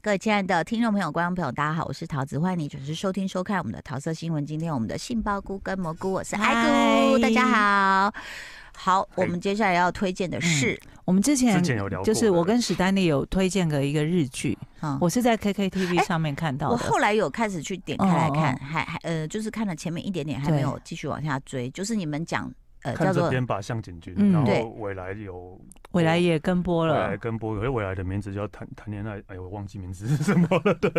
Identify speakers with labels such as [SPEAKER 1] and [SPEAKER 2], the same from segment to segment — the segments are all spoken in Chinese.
[SPEAKER 1] 各位亲爱的听众朋友、观众朋友，大家好，我是桃子，欢迎你准时收听、收看我们的桃色新闻。今天我们的杏鲍菇跟蘑菇，我是爱菇，
[SPEAKER 2] 嗨
[SPEAKER 1] 大家好。好，
[SPEAKER 3] 嗨
[SPEAKER 1] 我们接下来要推荐的是，
[SPEAKER 2] 我们之前
[SPEAKER 3] 之前有聊过的，
[SPEAKER 2] 就是我跟史丹利有推荐过一个日剧，
[SPEAKER 1] 嗯，
[SPEAKER 2] 我是在 KKTV
[SPEAKER 1] 哎
[SPEAKER 2] 上面看到
[SPEAKER 1] 我
[SPEAKER 2] 的。
[SPEAKER 1] 后来有开始去点开来看，
[SPEAKER 2] 哦哦
[SPEAKER 1] 还还呃，就是看了前面一点点，还没有继续往下追。就是你们讲呃叫
[SPEAKER 3] 看这
[SPEAKER 1] 做
[SPEAKER 3] 边吧，向井君，
[SPEAKER 2] 嗯啊
[SPEAKER 3] 然
[SPEAKER 1] 对
[SPEAKER 3] 后未来有
[SPEAKER 2] 未来也跟播
[SPEAKER 3] 未
[SPEAKER 2] 了
[SPEAKER 3] 来，跟波，可是未来的名字叫谈谈恋爱，哎呦，我忘记名字是什么了， 对，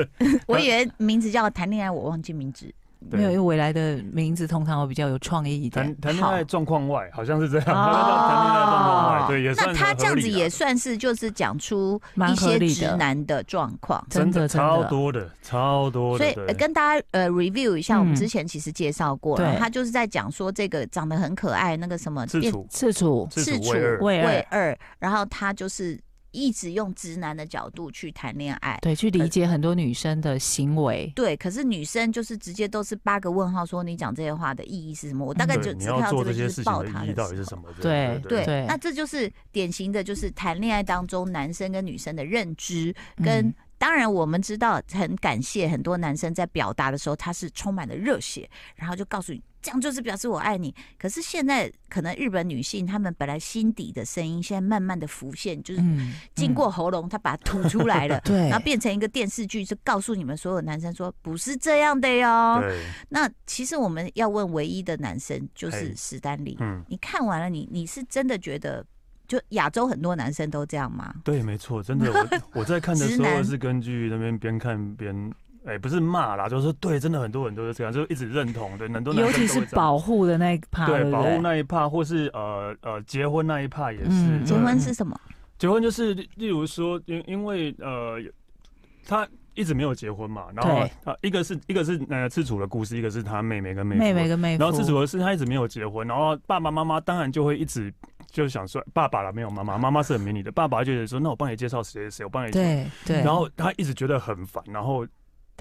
[SPEAKER 1] 我以为名字叫谈恋爱，我忘记名字。
[SPEAKER 2] 没有，因为未来的名字通常会比较有创意一点
[SPEAKER 3] 谈。谈恋爱状况外，好像是这样，
[SPEAKER 2] 哦
[SPEAKER 3] 他叫谈恋爱状况
[SPEAKER 2] 哦
[SPEAKER 3] 外，对，也
[SPEAKER 1] 那
[SPEAKER 3] 算
[SPEAKER 1] 他
[SPEAKER 3] 很合
[SPEAKER 1] 这样
[SPEAKER 3] 理啊
[SPEAKER 1] 子
[SPEAKER 3] 啦
[SPEAKER 1] 也算是就是讲出
[SPEAKER 2] 蛮
[SPEAKER 1] 一
[SPEAKER 2] 合
[SPEAKER 1] 些
[SPEAKER 2] 理
[SPEAKER 1] 直
[SPEAKER 2] 的
[SPEAKER 1] 男的状况。
[SPEAKER 3] 真
[SPEAKER 2] 真的
[SPEAKER 3] 的
[SPEAKER 2] 真
[SPEAKER 3] 超
[SPEAKER 2] 的
[SPEAKER 3] 多的，超多
[SPEAKER 1] 所
[SPEAKER 3] 的
[SPEAKER 1] 以、，呃
[SPEAKER 3] 对
[SPEAKER 1] 跟大家呃 review 一下，我们
[SPEAKER 2] 嗯
[SPEAKER 1] 之前其实介绍过了，
[SPEAKER 2] 对
[SPEAKER 1] 他就是在讲说这个长得很可爱那个什么
[SPEAKER 3] 自
[SPEAKER 1] 变
[SPEAKER 3] 处
[SPEAKER 2] 赤楚
[SPEAKER 3] 自
[SPEAKER 1] 赤
[SPEAKER 3] 处为二，
[SPEAKER 2] 魏
[SPEAKER 1] 为
[SPEAKER 2] 二，
[SPEAKER 1] 二，然后他就是一直用直男的角度去谈恋爱。
[SPEAKER 2] 对，去理解很多女生的行为。
[SPEAKER 1] 对，可是女生就是直接都是八个问号，说你讲这些话的意义是什么？我大概
[SPEAKER 3] 对
[SPEAKER 1] 就
[SPEAKER 3] 你
[SPEAKER 1] 只看
[SPEAKER 3] 要
[SPEAKER 1] 到
[SPEAKER 3] 做
[SPEAKER 1] 这个
[SPEAKER 3] 这些
[SPEAKER 1] 就
[SPEAKER 3] 事
[SPEAKER 1] 是
[SPEAKER 3] 情
[SPEAKER 1] 爆
[SPEAKER 3] 的
[SPEAKER 1] 他
[SPEAKER 3] 意义到底是
[SPEAKER 1] 时
[SPEAKER 3] 什
[SPEAKER 1] 候
[SPEAKER 3] 么？
[SPEAKER 2] 对
[SPEAKER 1] 对，
[SPEAKER 2] 对
[SPEAKER 1] 那这就是典型的，就是谈恋爱当中男生跟女生的认知跟、
[SPEAKER 2] 嗯
[SPEAKER 1] 当然，我们知道很感谢很多男生在表达的时候，他是充满了热血，然后就告诉你这样就是表示我爱你。可是现在可能日本女性她们本来心底的声音，现在慢慢的浮现，就是
[SPEAKER 2] 嗯，。
[SPEAKER 1] 经过喉咙，她把它吐出来了
[SPEAKER 2] 对
[SPEAKER 1] 然后，变成一个电视剧，就告诉你们所有男生说不是这样的
[SPEAKER 2] 哦
[SPEAKER 1] 哟。
[SPEAKER 3] 对，
[SPEAKER 1] 那其实我们要问唯一的男生就是
[SPEAKER 3] 嘿
[SPEAKER 1] 史丹利，
[SPEAKER 3] 嗯，
[SPEAKER 1] 你看完了你，你是真的觉得就亚洲很多男生都这样吗？
[SPEAKER 3] 对，没错，真的， 我我在看的时
[SPEAKER 1] 直男
[SPEAKER 3] 候是根据那边边看边。哎、不是骂啦，就是说对，真的很多人都是这样，就一直认同，对，很多男
[SPEAKER 2] 尤
[SPEAKER 3] 生
[SPEAKER 2] 其
[SPEAKER 3] 都
[SPEAKER 2] 是
[SPEAKER 3] 会这样
[SPEAKER 2] 保护的那一趴，对
[SPEAKER 3] 对
[SPEAKER 2] 不
[SPEAKER 3] 保
[SPEAKER 2] 对
[SPEAKER 3] 护那一趴，或是呃呃结婚那一趴也是。
[SPEAKER 2] 嗯
[SPEAKER 3] 对
[SPEAKER 1] 结婚是什么？
[SPEAKER 3] 结婚就是例例如说，因因为呃他一直没有结婚嘛，然后
[SPEAKER 2] 对
[SPEAKER 3] 啊、一个是一个是呃赤楚的故事，一个是他妹妹跟妹夫
[SPEAKER 2] 妹妹跟妹夫，
[SPEAKER 3] 然后赤楚的是他一直没有结婚，然后爸爸妈妈当然就会一直就想说爸爸了没有妈妈，妈妈是很迷你的，爸爸就觉得说那我帮你介绍谁谁谁，我帮你。
[SPEAKER 2] 对对，
[SPEAKER 3] 然后他一直觉得很烦，然后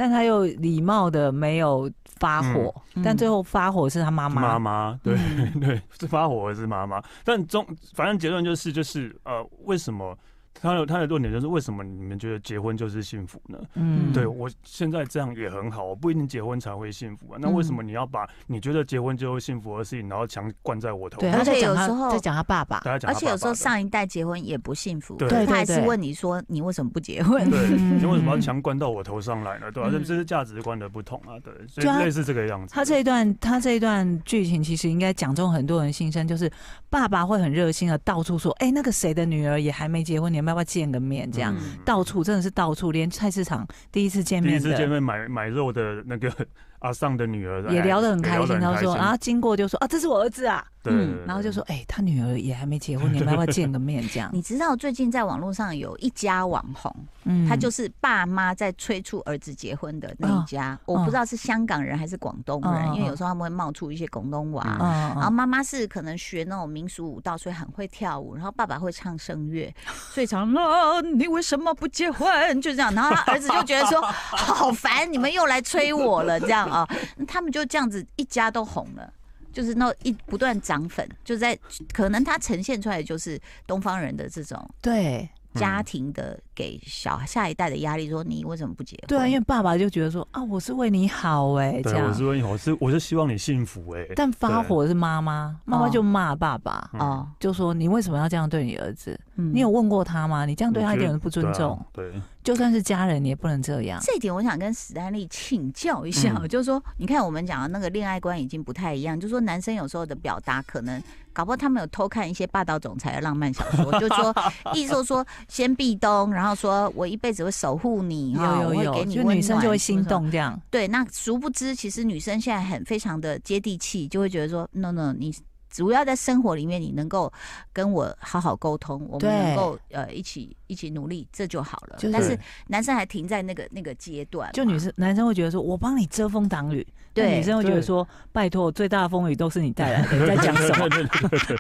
[SPEAKER 2] 但他又礼貌的没有发火，
[SPEAKER 1] 嗯
[SPEAKER 2] 但最后发火是他妈妈。
[SPEAKER 3] 妈妈，对、
[SPEAKER 2] 嗯
[SPEAKER 3] 对，是发火的是妈妈。但中反正结论就是就是呃，为什么他的他的论点就是为什么你们觉得结婚就是幸福呢？
[SPEAKER 2] 嗯
[SPEAKER 3] 对我现在这样也很好，我不一定结婚才会幸福啊。那
[SPEAKER 2] 嗯
[SPEAKER 3] 为什么你要把你觉得结婚就会幸福的事情，然后强灌在我头
[SPEAKER 2] 对，啊
[SPEAKER 3] 上
[SPEAKER 2] 他
[SPEAKER 1] 而？且
[SPEAKER 2] 在讲
[SPEAKER 1] 有时
[SPEAKER 2] 他
[SPEAKER 1] 候
[SPEAKER 2] 在讲他爸爸。
[SPEAKER 3] 大家讲
[SPEAKER 1] 而
[SPEAKER 3] 他
[SPEAKER 1] 且
[SPEAKER 3] 爸
[SPEAKER 1] 有时候
[SPEAKER 3] 爸的
[SPEAKER 1] 上一代结婚也不幸福，
[SPEAKER 3] 对
[SPEAKER 1] 可是他还
[SPEAKER 2] 对对
[SPEAKER 1] 是
[SPEAKER 2] 对
[SPEAKER 1] 问你说你为什么不结婚？
[SPEAKER 3] 对，
[SPEAKER 2] 嗯
[SPEAKER 3] 你为什么要强灌到我头上来呢？对吧、
[SPEAKER 1] 嗯
[SPEAKER 3] 这这是价值观的不同啊，对，所
[SPEAKER 2] 对啊
[SPEAKER 3] 以类似这个样子。
[SPEAKER 2] 他这一段，他这一段剧情其实应该讲中很多人心声，就是爸爸会很热心的到处说，哎、那个谁的女儿也还没结婚，你们要不要见个面？这样、
[SPEAKER 3] 嗯
[SPEAKER 2] 到处真的是到处，连菜市场第一次见
[SPEAKER 3] 第一
[SPEAKER 2] 面
[SPEAKER 3] 次见
[SPEAKER 2] 的
[SPEAKER 3] 面买买肉的那个 阿尚的女儿
[SPEAKER 2] 也
[SPEAKER 3] 哎
[SPEAKER 2] 聊得很开
[SPEAKER 3] 也
[SPEAKER 2] 心。
[SPEAKER 3] 聊
[SPEAKER 2] 他
[SPEAKER 3] 得很
[SPEAKER 2] 说，
[SPEAKER 3] 开
[SPEAKER 2] 然后经过就说啊，这是我儿子啊，
[SPEAKER 3] 对对对
[SPEAKER 2] 然后就说，哎、他女儿也还没结 婚，你们要不要见个面？这样，
[SPEAKER 1] 你知道最近在网络上有一家网红，
[SPEAKER 2] 嗯哦
[SPEAKER 1] 他就是爸妈在催促儿子结婚的那一家，我不知道是香港人还是广东人，
[SPEAKER 2] 嗯
[SPEAKER 1] 因为有时候他们会冒出一些广东娃。
[SPEAKER 3] 嗯
[SPEAKER 2] 嗯
[SPEAKER 1] 然后妈妈是可能学那种民俗舞蹈，所以很会跳舞。然后爸爸会唱声乐，所以常说哦你为什么不结婚？就这样。然后他儿子就觉得说好烦，你们又来催我了，这样啊、那他们就这样子一家都红了。就是那一不断涨粉，就在可能它呈现出来就是东方人的这种
[SPEAKER 2] 对
[SPEAKER 1] 家庭的给小下一代的压力，说你为什么不结婚？
[SPEAKER 2] 对啊，因为爸爸就觉得说啊，我是为你好哎、这
[SPEAKER 3] 对，我是
[SPEAKER 2] 样，
[SPEAKER 3] 问，我是我是希望你幸福哎、
[SPEAKER 2] 但发火的是妈妈，妈妈就骂爸爸。
[SPEAKER 3] 嗯
[SPEAKER 1] 哦，
[SPEAKER 2] 就说你为什么要这样对你儿子？
[SPEAKER 1] 嗯
[SPEAKER 2] 你有问过他吗？你这样对他一点都不尊重，
[SPEAKER 3] 对啊、
[SPEAKER 2] 就算是家人你也不能这样。
[SPEAKER 1] 这一点，我想跟史丹利请教一下，
[SPEAKER 3] 嗯
[SPEAKER 1] 就是说，你看我们讲的那个恋爱观已经不太一样，就是说男生有时候的表达可能，搞不好他们有偷看一些霸道总裁的浪漫小说，就 说意思说说先壁咚，然后说我一辈子会守护你，哈
[SPEAKER 2] 有有
[SPEAKER 1] 我会
[SPEAKER 2] 有，
[SPEAKER 1] 给你
[SPEAKER 2] 就
[SPEAKER 1] 温暖
[SPEAKER 2] 女生就会
[SPEAKER 1] 什么
[SPEAKER 2] 心
[SPEAKER 1] 什么
[SPEAKER 2] 动 这样。
[SPEAKER 1] 对，那殊不知，其实女生现在很非常的接地气，就会觉得说，no no，你主要在生活里面，你能够跟我好好沟通，我们
[SPEAKER 2] 对
[SPEAKER 1] 能够呃一起一起努力，这就好了。
[SPEAKER 2] 就是
[SPEAKER 1] 但
[SPEAKER 3] 对
[SPEAKER 1] 是男生还停在那个那个阶段嘛，
[SPEAKER 2] 就女生男生会觉得说，我帮你遮风挡雨，
[SPEAKER 1] 对
[SPEAKER 2] 但女生会觉得说，拜托，最大的风雨都是你 带来的，你在讲什么？
[SPEAKER 3] 对对对对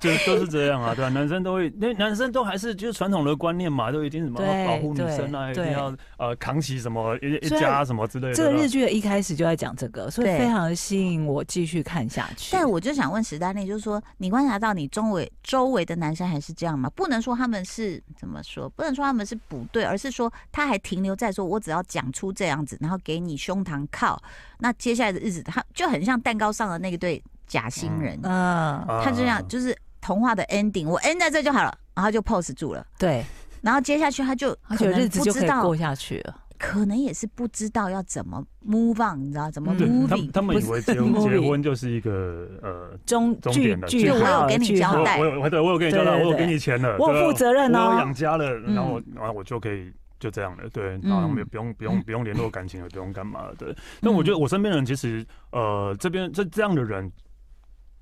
[SPEAKER 3] 对，就都是这样啊，对啊，男生都会，因为男生都还是就是传统的观念嘛，都一定什么
[SPEAKER 2] 对
[SPEAKER 3] 保护女生啊，一
[SPEAKER 2] 对
[SPEAKER 3] 定要呃扛起什么一一
[SPEAKER 2] 所以
[SPEAKER 3] 家什么之类的。
[SPEAKER 2] 这个
[SPEAKER 3] 对吧
[SPEAKER 2] 日剧的一开始就在讲这个，所以
[SPEAKER 1] 对
[SPEAKER 2] 非常吸引我继续看下去。
[SPEAKER 1] 但我就想问史单例，就是说你观察到你周围周围的男生还是这样吗？不能说他们是怎么说，不能说他们是不对，而是说他还停留在说我只要讲出这样子，然后给你胸膛靠，那接下来的日子他就很像蛋糕上的那个对假新人，
[SPEAKER 2] 嗯，
[SPEAKER 1] 他就这样
[SPEAKER 3] 啊
[SPEAKER 1] 就是童话的 ending，我 end 在这就好了，然后就 pose 住了，
[SPEAKER 2] 对，
[SPEAKER 1] 然后接下去他就
[SPEAKER 2] 而
[SPEAKER 1] 哦可
[SPEAKER 2] 且
[SPEAKER 1] 能
[SPEAKER 2] 日子
[SPEAKER 1] 不
[SPEAKER 2] 就
[SPEAKER 1] 知
[SPEAKER 2] 可以
[SPEAKER 1] 道
[SPEAKER 2] 过下去了。
[SPEAKER 1] 可能也是不知道要怎么 move on，你知道怎么
[SPEAKER 2] 嗯
[SPEAKER 3] 对
[SPEAKER 1] moving，、
[SPEAKER 3] 他们他们以为结
[SPEAKER 2] 不是
[SPEAKER 3] 结婚就是一个呃。
[SPEAKER 2] 中
[SPEAKER 3] 终
[SPEAKER 2] 句
[SPEAKER 3] 点了
[SPEAKER 2] 句
[SPEAKER 3] 就
[SPEAKER 2] 号
[SPEAKER 3] 我有
[SPEAKER 2] 了
[SPEAKER 1] 给你
[SPEAKER 2] 句
[SPEAKER 1] 交
[SPEAKER 2] 号
[SPEAKER 3] 我
[SPEAKER 1] 代
[SPEAKER 3] 我有我对我有跟你交
[SPEAKER 2] 对
[SPEAKER 3] 代，
[SPEAKER 2] 对对
[SPEAKER 3] 我有给你钱了，
[SPEAKER 2] 我
[SPEAKER 3] 对啊
[SPEAKER 2] 负责任
[SPEAKER 3] 我有
[SPEAKER 2] 哦
[SPEAKER 3] 养。家了，然后我
[SPEAKER 2] 嗯
[SPEAKER 3] 然后我就可以就这样了，对，
[SPEAKER 1] 嗯
[SPEAKER 3] 然后他们也不用不用不用联络感情，也不用干嘛了，对。但
[SPEAKER 2] 嗯
[SPEAKER 3] 我觉得我身边的人其实呃这边这这样的人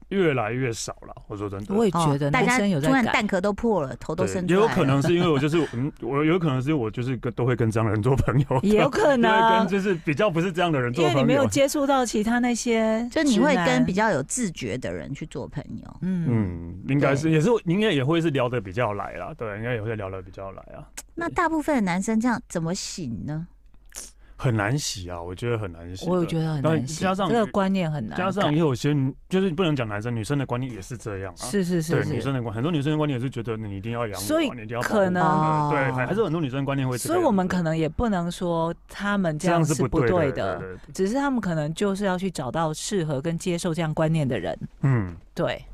[SPEAKER 3] 越来越少了，我说真的，
[SPEAKER 2] 我也觉得
[SPEAKER 1] 哦大
[SPEAKER 2] 男
[SPEAKER 1] 家
[SPEAKER 2] 生有在
[SPEAKER 1] 突然
[SPEAKER 2] 改
[SPEAKER 1] 蛋壳都破了，头都
[SPEAKER 3] 对
[SPEAKER 1] 伸出
[SPEAKER 3] 也
[SPEAKER 1] 来
[SPEAKER 3] 有
[SPEAKER 1] 了。
[SPEAKER 3] 可能是因为我就是嗯，我有可能是因为我就是跟都会跟这样的人做朋友，
[SPEAKER 2] 也有可
[SPEAKER 3] 因为 跟
[SPEAKER 2] 能，
[SPEAKER 3] 就是比较不是这样的人
[SPEAKER 2] 因
[SPEAKER 3] 做
[SPEAKER 2] 为你
[SPEAKER 3] 朋
[SPEAKER 2] 没有
[SPEAKER 3] 友。
[SPEAKER 2] 接触到其他那些，
[SPEAKER 1] 就你
[SPEAKER 2] 啊
[SPEAKER 1] 会跟比，较有自觉的人去做朋友。
[SPEAKER 2] 嗯，
[SPEAKER 3] 嗯，应该是也是应该也会是聊得比较来啦，对，应该也会聊得比较来啊，
[SPEAKER 1] 那大部分的男生这样怎么醒呢？
[SPEAKER 3] 很难洗啊，我觉得很难洗。
[SPEAKER 2] 我也觉得很
[SPEAKER 3] 然后
[SPEAKER 2] 难洗，
[SPEAKER 3] 加上
[SPEAKER 2] 这个观念很难改，
[SPEAKER 3] 加上也有些女就是不能讲男生，女生的观念也是这样啊。
[SPEAKER 2] 是是
[SPEAKER 3] 对
[SPEAKER 2] 是
[SPEAKER 3] 女
[SPEAKER 2] 是。
[SPEAKER 3] 生的观，很多女生的观念也是觉得你一定要养我啊，
[SPEAKER 2] 所以
[SPEAKER 3] 你一定要保护
[SPEAKER 2] 可能
[SPEAKER 3] 我对，
[SPEAKER 1] 哦
[SPEAKER 3] 还还是有很多女生的观念会这个
[SPEAKER 2] 所
[SPEAKER 3] 样
[SPEAKER 2] 以
[SPEAKER 3] 子。
[SPEAKER 2] 我们可能也不能说他们
[SPEAKER 3] 这
[SPEAKER 2] 这
[SPEAKER 3] 样
[SPEAKER 2] 样
[SPEAKER 3] 是
[SPEAKER 2] 是
[SPEAKER 3] 不
[SPEAKER 2] 不对
[SPEAKER 3] 对
[SPEAKER 2] 的，
[SPEAKER 3] 对对对
[SPEAKER 2] 只是他们可能就是要去找到适合跟接受这样观念的人。
[SPEAKER 3] 嗯，
[SPEAKER 2] 对，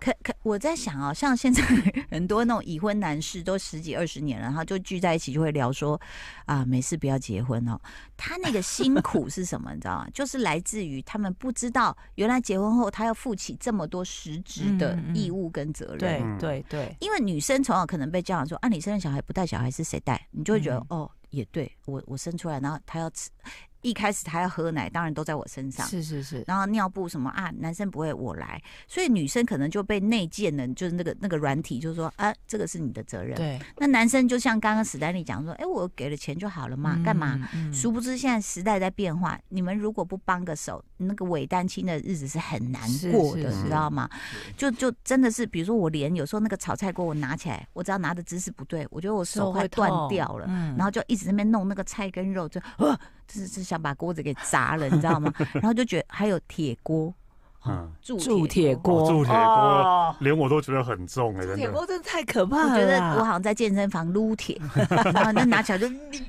[SPEAKER 1] 可可，我在想啊、像现在 很多那种已婚男士都十几二十年了，然后就聚在一起就会聊说，啊，没事不要结婚哦。他那个辛苦是什么，你知道吗？就是来自于他们不知道原来结婚后他要负起这么多实质的
[SPEAKER 2] 嗯嗯嗯
[SPEAKER 1] 义务跟责任。
[SPEAKER 2] 对，
[SPEAKER 3] 嗯
[SPEAKER 2] 对，对，
[SPEAKER 1] 因为女生从小可能被教养说，啊，你生了小孩不带小孩是谁带？你就会觉得，
[SPEAKER 2] 嗯
[SPEAKER 1] 哦，也对我我生出来，然后他要吃，一开始他要喝奶，当然都在我身上。
[SPEAKER 2] 是是是，
[SPEAKER 1] 然后尿布什么啊，男生不会我来，所以女生可能就被内建的，就是那个那个软体，就是说啊，这个是你的责任。
[SPEAKER 2] 对，
[SPEAKER 1] 那男生就像刚刚史丹利讲说，哎，我给了钱就好了嘛，干嘛？
[SPEAKER 2] 嗯？嗯
[SPEAKER 1] 殊不知现在时代在变化，你们如果不帮个手，那个伪单亲的日子是很难过的，
[SPEAKER 2] 是是
[SPEAKER 1] 你知道吗？就就真的是，比如说我连有时候那个炒菜锅我拿起来，我只要拿的姿势不对，我觉得我手快断掉了。
[SPEAKER 2] 嗯
[SPEAKER 1] 然后就一直在那边弄那个菜跟肉，就啊，就是是想把锅子给砸了，你知道吗？ 然后就觉得还有铁锅，
[SPEAKER 2] 哦
[SPEAKER 1] 哦
[SPEAKER 3] 嗯
[SPEAKER 1] 铸
[SPEAKER 2] 铸铁
[SPEAKER 1] 锅。
[SPEAKER 2] 锅，
[SPEAKER 3] 哦铸铁锅
[SPEAKER 2] 哦
[SPEAKER 3] 连我都觉得很重哎，
[SPEAKER 2] 铸
[SPEAKER 3] 真
[SPEAKER 2] 铁
[SPEAKER 3] 的。
[SPEAKER 2] 锅真的太可
[SPEAKER 1] 我
[SPEAKER 2] 怕了啦。
[SPEAKER 1] 觉得我好像在健身房撸铁， 然后就拿起来就，